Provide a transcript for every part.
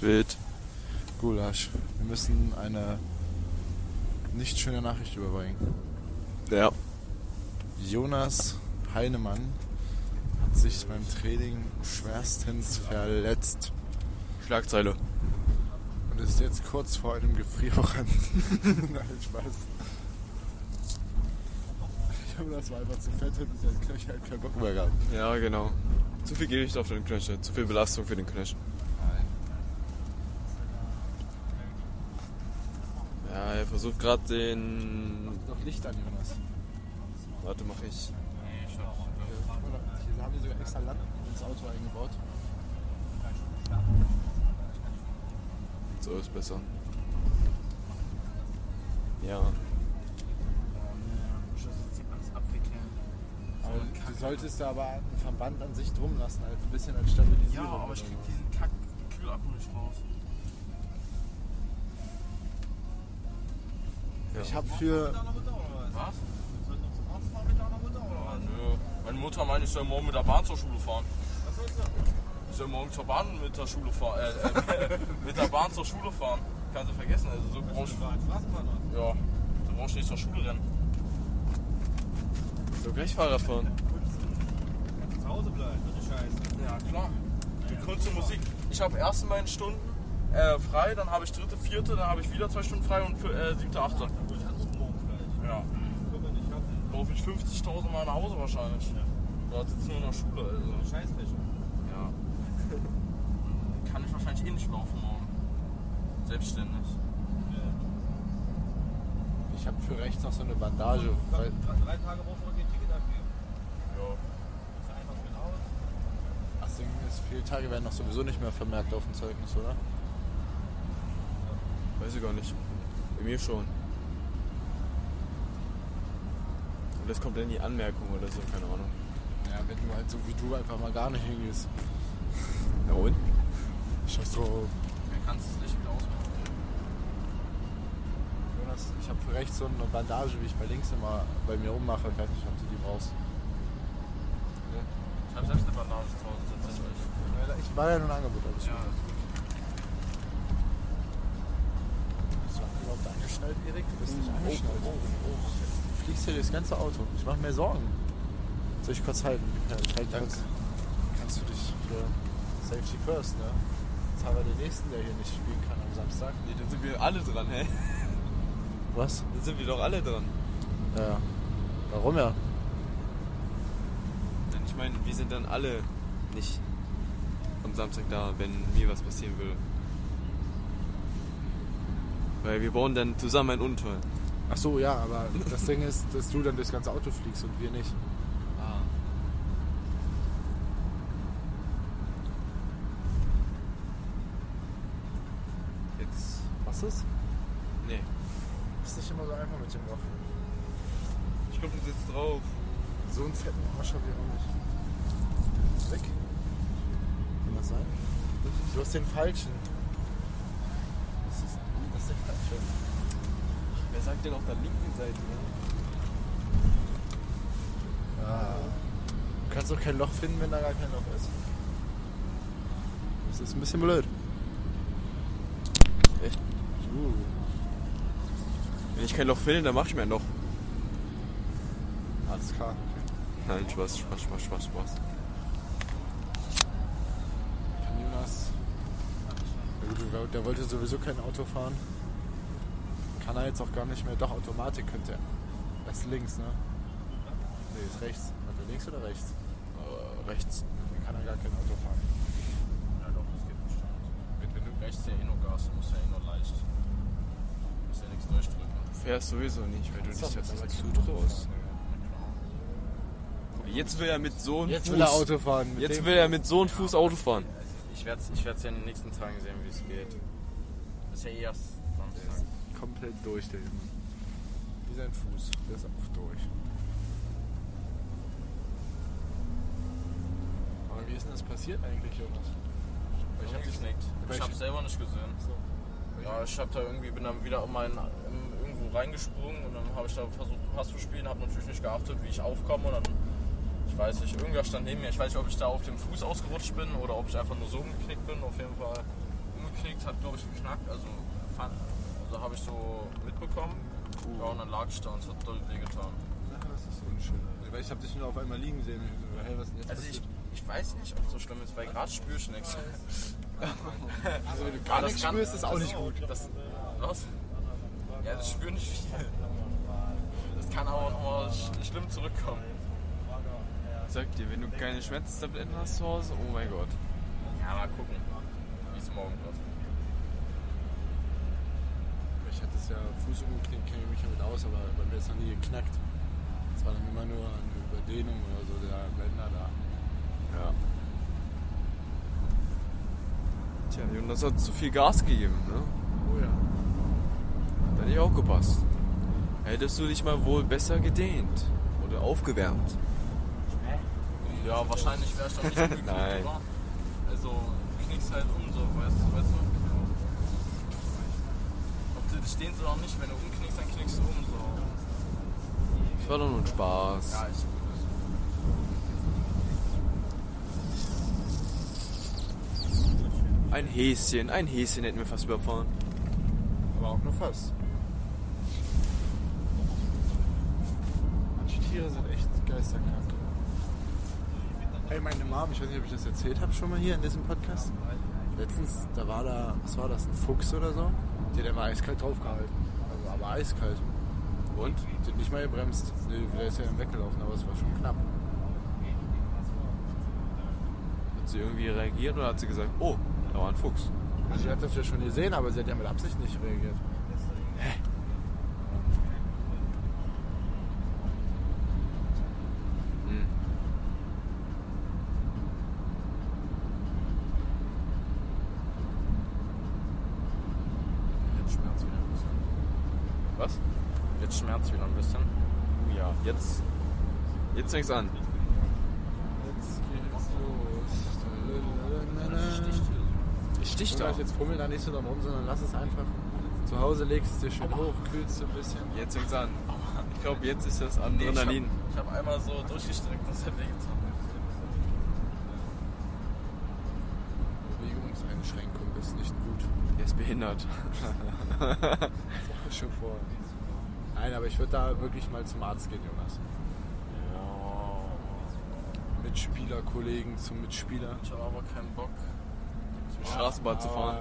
Wild. Gulasch. Wir müssen eine nicht schöne Nachricht überbringen. Ja. Jonas Heinemann hat sich beim Training schwerstens verletzt Schlagzeile. und ist jetzt kurz vor einem Gefrierbrand. Nein, Spaß. Jonas war einfach zu fett und hat gleich halt keinen Bock mehr gehabt. Ja, genau. Zu viel Gewicht auf den Knöchel, zu viel Belastung für den Knöchel. Ja, er versucht gerade den. Noch Licht an, Jonas. Warte, mach ich. Hier haben wir sogar extra Lampen ins Auto eingebaut. So ist besser. Ja. Aber du solltest da aber einen Verband an sich drum lassen, halt ein bisschen als Stabilisierung. Ja, aber ich krieg diesen kack Kühlakku nicht raus. Ich habe für Was? Ah, Nö. Meine Mutter meint, ich soll morgen mit der Bahn zur Schule fahren. Ich soll morgen zur Bahn mit der Schule fahren. Äh, äh, mit der Bahn zur Schule fahren. Kann sie vergessen. Also so brauchst du. Ja. Du brauchst nicht zur Schule rennen. So gleich Fahrrad fahren. zu Hause bleiben, das ist scheiße. Ja klar. Die Kunst und Musik. Ich habe ersten beiden Stunden äh, frei, dann habe ich dritte, vierte, dann habe ich wieder zwei Stunden frei und für, äh, siebte, achte. Gut, hat auch morgen vielleicht. Ja. Können wir nicht haben. Laufe ich 50.000 Mal nach Hause wahrscheinlich. Dort sitzen wir in der Schule. Also. Scheißwäsche. Ja. Kann ich wahrscheinlich eh nicht laufen morgen. Selbstständig. ich habe für rechts noch so eine Bandage. Weil Drei, drei Tage Woche geht Ticket abgeben. Ja. Das ist einfach schön aus. ach, so, es- viele Tage werden doch sowieso nicht mehr vermerkt auf dem Zeugnis, oder? Weiß ich gar nicht. Bei mir schon. Und das kommt dann in die Anmerkung oder so, keine Ahnung. Ja, wenn du halt so wie du einfach mal gar nicht hingehst. Ja und? Ich hab so, Mir kannst es nicht wieder ausmachen. Jonas, ich habe für rechts so eine Bandage, wie ich bei links immer bei mir ummache. Ich weiß nicht, ob du die brauchst. Ich habe selbst eine Bandage zu Hause tatsächlich. Ich war ja nur ein Angebot, aber ich Ja, ist gut. bist du überhaupt angeschnallt, Erik? Du bist nicht angeschnallt. Du fliegst oh. hier durchs ganze Auto. Ich mache mir Sorgen. Soll ich kurz halten? Ja, ich halte kurz. Kannst du dich. Hier, Safety first, ne? Jetzt haben wir den nächsten, der hier nicht spielen kann am Samstag. Nee, dann sind wir alle dran, hä? Was? Dann sind wir doch alle dran. Ja. Warum ja? Denn ich meine, wir sind dann alle nicht am Samstag da, wenn mir was passieren würde. Weil wir bauen dann zusammen einen Unfall. Ach so, ja, aber das Ding ist, dass du dann durchs ganze Auto fliegst und wir nicht. Ah. Jetzt. Was ist? Nee. Ist nicht immer so einfach mit dem Loch. Ich glaube, du sitzt drauf. So einen fetten Arsch hab ich auch nicht. Weg. Kann das sein? Du hast den falschen. Das ist, das ist der falsche. Wer sagt denn auf der linken Seite? ne? Du Ah. kannst doch kein Loch finden, wenn da gar kein Loch ist. Das ist ein bisschen blöd. Echt? Uh. Wenn ich kein Loch finde, dann mach ich mir ein Loch. Alles klar. Nein, Spaß, Spaß, Spaß, Spaß, Spaß. Kann Jonas. Ja gut, der- der wollte sowieso kein Auto fahren. Kann er jetzt auch gar nicht mehr. Doch, Automatik könnte er. Das ist links, ne? Nee, ist rechts. Hat er links oder rechts? Äh, rechts. Dann kann er gar kein Auto fahren. also, Ja doch, das geht bestimmt. Mit genug rechts ja eh nur Gas, muss ja eh nur leicht. Muss ja nichts durchdrücken. Du fährst sowieso nicht, weil du dich doch das mit nicht Auto zutraust. Jetzt will er mit so einem Jetzt Fuß. will er Auto fahren. mit Jetzt dem- will er mit so einem Fuß Auto fahren. Ich werde es ich werd's ja in den nächsten Tagen sehen, wie es geht. Das ist ja eh erst Samstag. komplett durch der Junge. Wie sein Fuß. Der ist auch durch. Aber wie ist denn das passiert eigentlich, Jonas? Ich habe geschnickt. Ich habe selber nicht gesehen. Ja, ich hab da irgendwie, bin dann wieder in meinen, in- irgendwo reingesprungen und dann habe ich da versucht, einen Pass zu spielen, habe natürlich nicht geachtet, wie ich aufkomme und dann, ich weiß nicht, irgendwer stand neben mir. Ich weiß nicht, ob ich da auf dem Fuß ausgerutscht bin oder ob ich einfach nur so umgeknickt bin. Auf jeden Fall geknickt, hat glaube ich geknackt, also, fand- also habe ich so mitbekommen. Ja, und dann lag ich da und es hat doll wehgetan. Das ist unschön. Weil ich habe dich nur auf einmal liegen sehen. und ich so, Hey, was ist denn jetzt Also ich, ich weiß nicht, ob es so schlimm ist, weil gerade spüre ich nichts. also, wenn du gar das nichts kann- spürst, ist auch nicht gut. Das, was? Ja, das spüre nicht viel. Das kann aber nochmal sch schlimm zurückkommen. Sag dir, wenn du keine Schmerztabletten hast zu Hause, oh mein Gott. Ja, mal gucken, wie es morgen wird. Ich hatte es ja Fuß umgeknickt, kenne ich mich damit aus, aber bei mir ist noch nie geknackt. Es war dann immer nur eine Überdehnung oder so der Bänder da. Ja. Tja, Jonas hat zu viel Gas gegeben, ne? Oh ja. Da hätte ich auch gepasst. Hättest du dich mal wohl besser gedehnt oder aufgewärmt. Ja, wahrscheinlich wäre ich doch nicht umgeknickt, Nein. oder? Also, knickst halt um, so, weißt, du- weißt du? Ob du dich stehst oder nicht, wenn du umknickst, dann knickst du um, so. Das war doch nur ein Spaß. Ja, ist gut. Ein Häschen, ein Häschen hätten wir fast überfahren. Aber auch nur fast. Manche Tiere sind echt geisterkrank. Ey, meine Mom, ich weiß nicht, ob ich das erzählt habe schon mal hier in diesem Podcast. Letztens, da war da, was war das, ein Fuchs oder so? Die hat immer eiskalt draufgehalten. Also, aber eiskalt. Und? Die hat nicht mal gebremst. Die, der ist ja dann weggelaufen, aber es war schon knapp. Hat sie irgendwie reagiert oder hat sie gesagt, oh, da war ein Fuchs? Also, sie hat das ja schon gesehen, aber sie hat ja mit Absicht nicht reagiert. Hm. Jetzt schmerzt wieder ein bisschen. Was? Jetzt schmerzt wieder ein bisschen. Oh Ja, jetzt. Jetzt fängt's an. Jetzt geht's los. Ich stich Oder da. ich jetzt fummel da nicht so drum rum, sondern lass es einfach. Zu Hause legst du es dir schön hoch, kühlst du ein bisschen. Jetzt fängt's an. Oh Ich glaube, jetzt ist das Nee, ich hab- Adrenalin. Ich habe hab einmal so durchgestreckt, das hat wehgetan. Bewegungseinschränkung ist nicht gut. Der ist behindert. Schon vor. Nein, aber ich würde da wirklich mal zum Arzt gehen, Jonas. Mitspieler, Kollegen zum Mitspieler. Ich habe aber keinen Bock. Mit Straßenbahn zu fahren.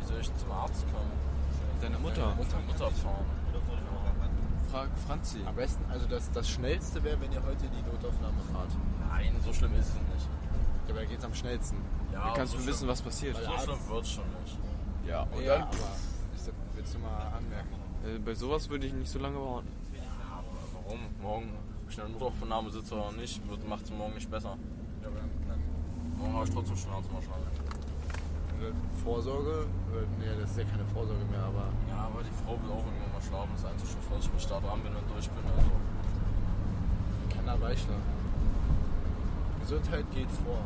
Wie soll ich zum Arzt kommen? Deine Mutter. Mit der Mutter fahren. Frag Franzi. Am besten, also das, das Schnellste wäre, wenn ihr heute in die Notaufnahme fahrt. Nein, so schlimm ist es nicht. Ja, aber da geht's am schnellsten. Ja, Dann kannst so du wissen, was passiert. schlimm, So schlimm wird schon nicht. Ja, und ja, aber ist das, willst du mal anmerken? dann? Äh, bei sowas würde ich nicht so lange warten. Warum? Morgen, ob ich in der Notaufnahme sitze oder nicht, macht es morgen nicht besser. Ja, aber dann, dann Morgen habe ich trotzdem Schmerzen wahrscheinlich. Oder Vorsorge? Oder, nee, das ist ja keine Vorsorge mehr, aber Ja, aber die Frau will auch irgendwann mal schlafen, ist einzuschiffen, dass ich mich da dran bin und durch bin. Also. keiner Weichler. Gesundheit geht vor.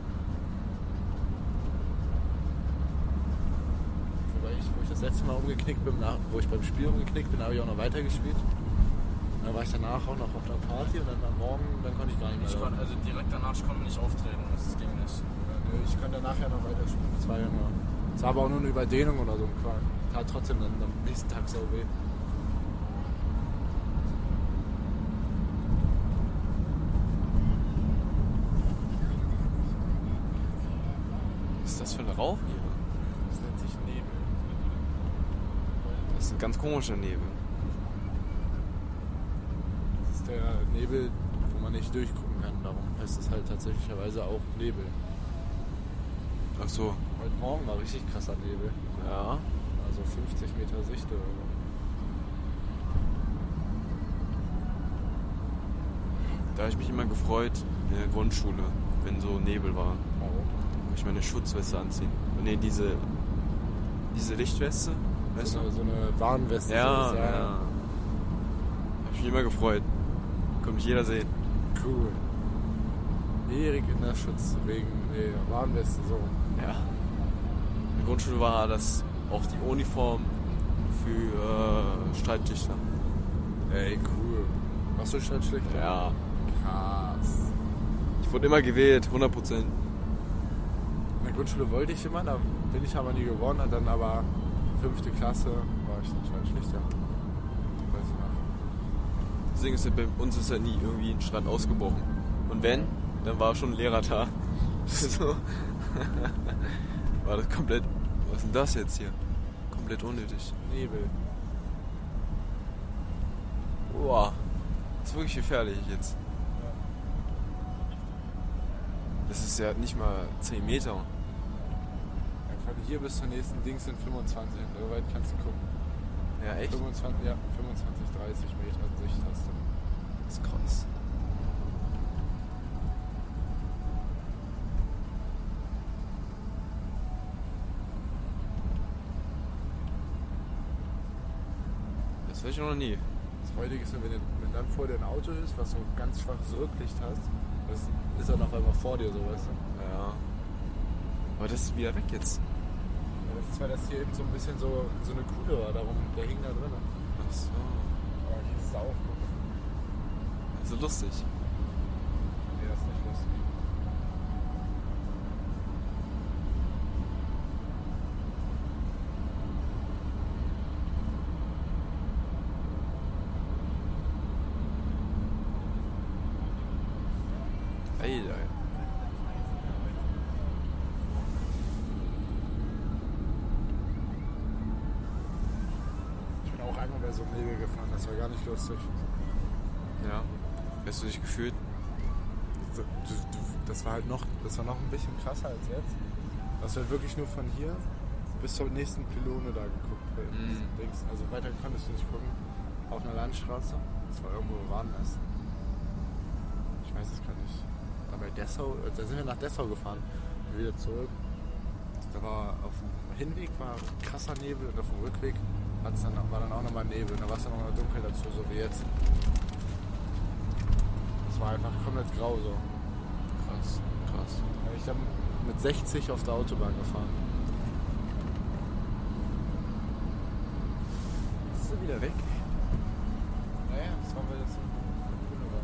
Wobei ich, wo ich das letzte Mal umgeknickt bin, nach, wo ich beim Spiel umgeknickt bin, habe ich auch noch weitergespielt. Und dann war ich danach auch noch auf einer Party und dann am Morgen, dann konnte ich gar nicht mehr. Ich laufen. konnte, also direkt danach, ich konnte nicht auftreten, das ging nicht. Nö, ich konnte nachher noch weiterspielen. Das war ja nur. Es war aber auch nur eine Überdehnung oder so ein Quark. Tat trotzdem dann am nächsten Tag so weh. Was ist das für ein Rauch hier? Das nennt sich Nebel. Das ist ein ganz komischer Nebel. Das ist der Nebel, wo man nicht durchgucken kann. Darum heißt es halt tatsächlicherweise auch Nebel. Ach so. Heute Morgen war richtig krasser Nebel. Ja. Also 50 Meter Sicht oder so. Da habe ich mich immer gefreut in der Grundschule, wenn so Nebel war. Warum? Muss ich meine Schutzweste anziehen. Ne, diese. Diese Lichtweste? Weißt So du? eine, so eine Warnweste. Ja, so eine- ja. Hab ich mich immer gefreut. Kann mich jeder sehen. Cool. Erik in der Schutz wegen nee, Warnweste so. Ja. In der Grundschule war das auch die Uniform für äh, Streitdichter. Ey, cool. Warst du schon schlecht? Ja. Krass. Ich wurde immer gewählt, 100%. In der Grundschule wollte ich immer, da Bin ich aber nie geworden, hat dann aber fünfte Klasse war ich dann schon schlechter. Weiß ich noch. Deswegen ist ja bei uns ist ja nie irgendwie ein Strand ausgebrochen. Und wenn, dann war schon ein Lehrer da. so. war das komplett. Was ist denn das jetzt hier? Komplett unnötig. Nebel. Boah. Das ist wirklich gefährlich jetzt. Das ist ja nicht mal 10 Meter. Ja, Von hier bis zur nächsten Dings sind 25, so weit kannst du gucken. Ja, echt? 25, ja, 25, 30 Meter Sicht hast du. Das ist krass. Das weiß ich noch nie. Das Freudige ist, wenn, du- wenn dann vor dir ein Auto ist, was so ganz schwaches Rücklicht hast, das ist dann auf einmal vor dir so, weißt du. Ja. Aber das ist wieder weg jetzt. Ja, Das ist, weil das hier eben so ein bisschen so, so eine Kuhle war, darum, der hing da drin. Ach so. Aber hier ist es auch. Nee, Das ist Also lustig. das ist nicht lustig. Ey, ey. Ich bin auch einmal bei so einem Nebel gefahren, das war gar nicht lustig. Ja. Wie Hast du dich gefühlt? So, du- du- Das war halt noch, das war noch ein bisschen krasser als jetzt. Das war wirklich nur von hier bis zur nächsten Pylone da geguckt. weil Mhm. diesen Dings- Also weiter konntest du nicht gucken. Auf einer Landstraße. Das war irgendwo woanders. Ich weiß es gar nicht. Da bei Dessau, äh, da sind wir nach Dessau gefahren. und Wieder zurück. Da war auf dem Hinweg war krasser Nebel und auf dem Rückweg hat's dann, war dann auch nochmal Nebel. Und da war es dann nochmal dunkel dazu, so wie jetzt. Das war einfach komplett grau so. Krass, krass. Ja, Ich habe mit 60 auf der Autobahn gefahren. Ist er wieder weg? Naja, das war, weil das so cool war.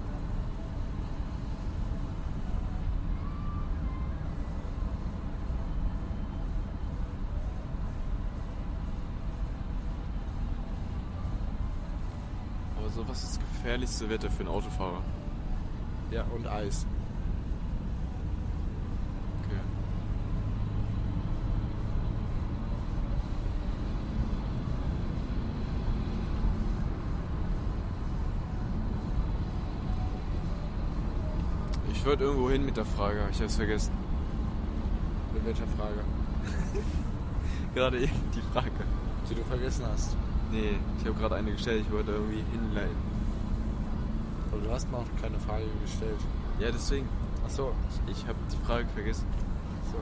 Aber sowas ist das gefährlichste Wetter für einen Autofahrer. Ja, und Eis. Okay. Ich wollte irgendwo hin mit der Frage, ich hab's vergessen. Mit welcher Frage? Gerade eben die Frage. Die du vergessen hast. Nee, ich habe gerade eine gestellt, ich wollte irgendwie hinleiten. Aber du hast mir auch keine Frage gestellt. Ja, deswegen. Ach so. Ich habe die Frage vergessen. Ach so.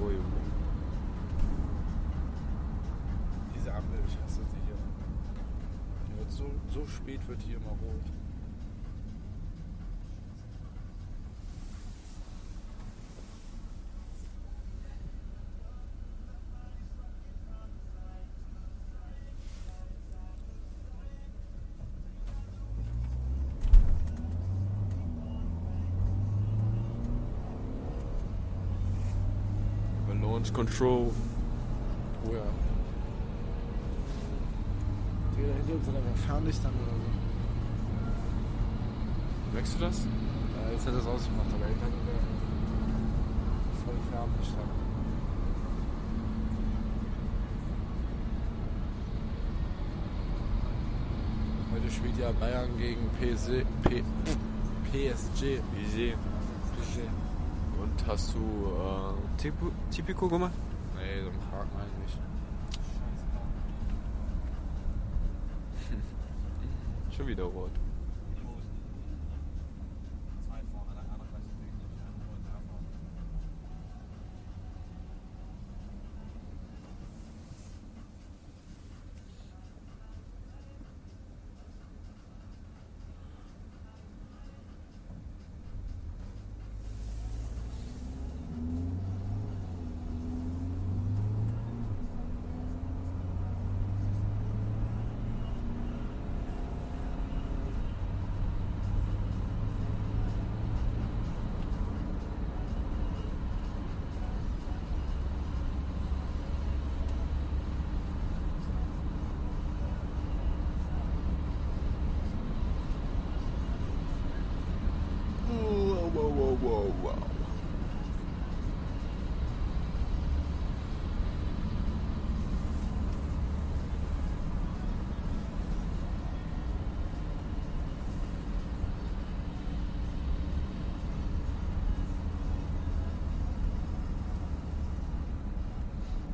Oh, Junge. Diese Ampel, ich hasse sie hier. Die wird so, so spät wird hier immer rot. Über Launch Control. Oh ja. Die da hinter uns sind einfach Fernlichtern oder so. Merkst du das? Ja, Äh, jetzt hat das ausgemacht, aber ich dachte, das war die Fernlichter. Heute spielt ja Bayern gegen PSG. P PSG. Wie sehe. PSG. Und hast du äh, Tipu- Tipico gemacht? Nee, so ein Park meine ich nicht. Schon wieder rot. genau. Zwei vorne, dann einer gleich den Weg. Einen hohen Werfer. Hm.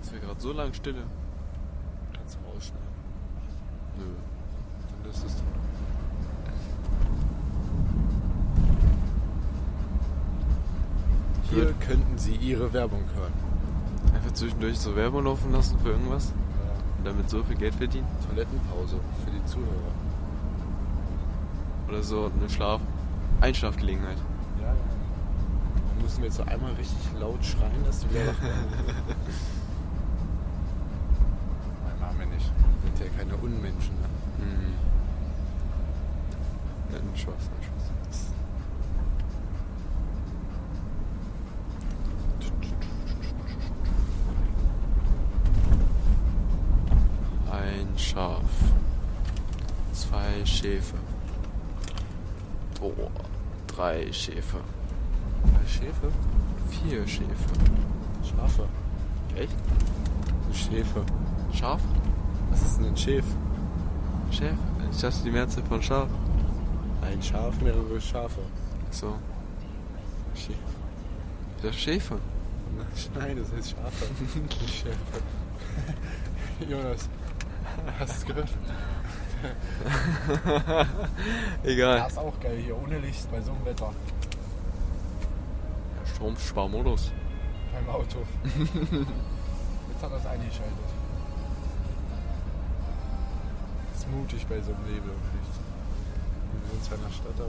Es wäre gerade so lange Stille. Kannst du rausschneiden. Nö. Dann löst es drin. Hier Gut. könnten Sie Ihre Werbung hören. Einfach zwischendurch so Werbung laufen lassen für irgendwas und damit so viel Geld verdienen. Toilettenpause für die Zuhörer. Oder so eine Schlaf. Einschlafgelegenheit. Ja, ja. Dann müssen wir jetzt so einmal richtig laut schreien, dass die wieder wach werden. Nein, machen wir nicht. Wir sind ja keine Unmenschen. Ne? Mhm. Nein, Spaß, nein, Spaß. Ein Schaf. Zwei Schäfe. Oh, drei Schäfe. Schäfe? Vier Schäfe. Schafe. Echt? Eine Schäfe. Schaf? Was ist denn ein Schäf? Schäfe? Ich dachte die Mehrzahl von Schaf. Ein Schaf, mehrere Schafe. So. Schäf. Ich dachte Schäfe. Nein, das heißt Schafe. Nicht Schäfe. Jonas, hast du es gehört? Egal. ist auch geil hier, ohne Licht, bei so einem Wetter. Stromsparmodus. Beim Auto. Jetzt hat er es eingeschaltet. Ist mutig bei so einem Nebel und Licht. Wir sind zwar in der Stadt, aber.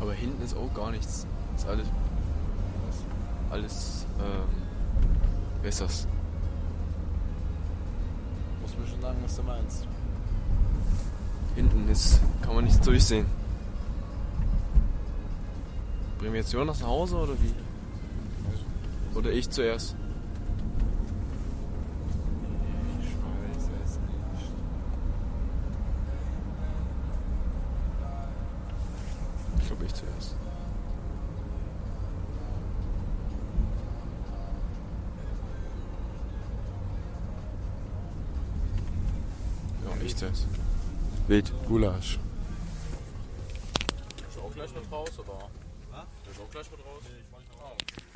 Aber hinten ist auch gar nichts. Ist alles. Alles. Ähm, wer ist das? Muss mir schon sagen, was du meinst. Hinten ist. Kann man nichts durchsehen. Bringen wir jetzt Jonas nach Hause oder wie? Oder ich zuerst? Ich weiß es nicht. Ich glaube, ich zuerst. Ja, ich zuerst. Wild. Gulasch. Ist auch gleich mit raus, oder? Was? Ist auch gleich mit raus? Nee, ich wollte noch raus.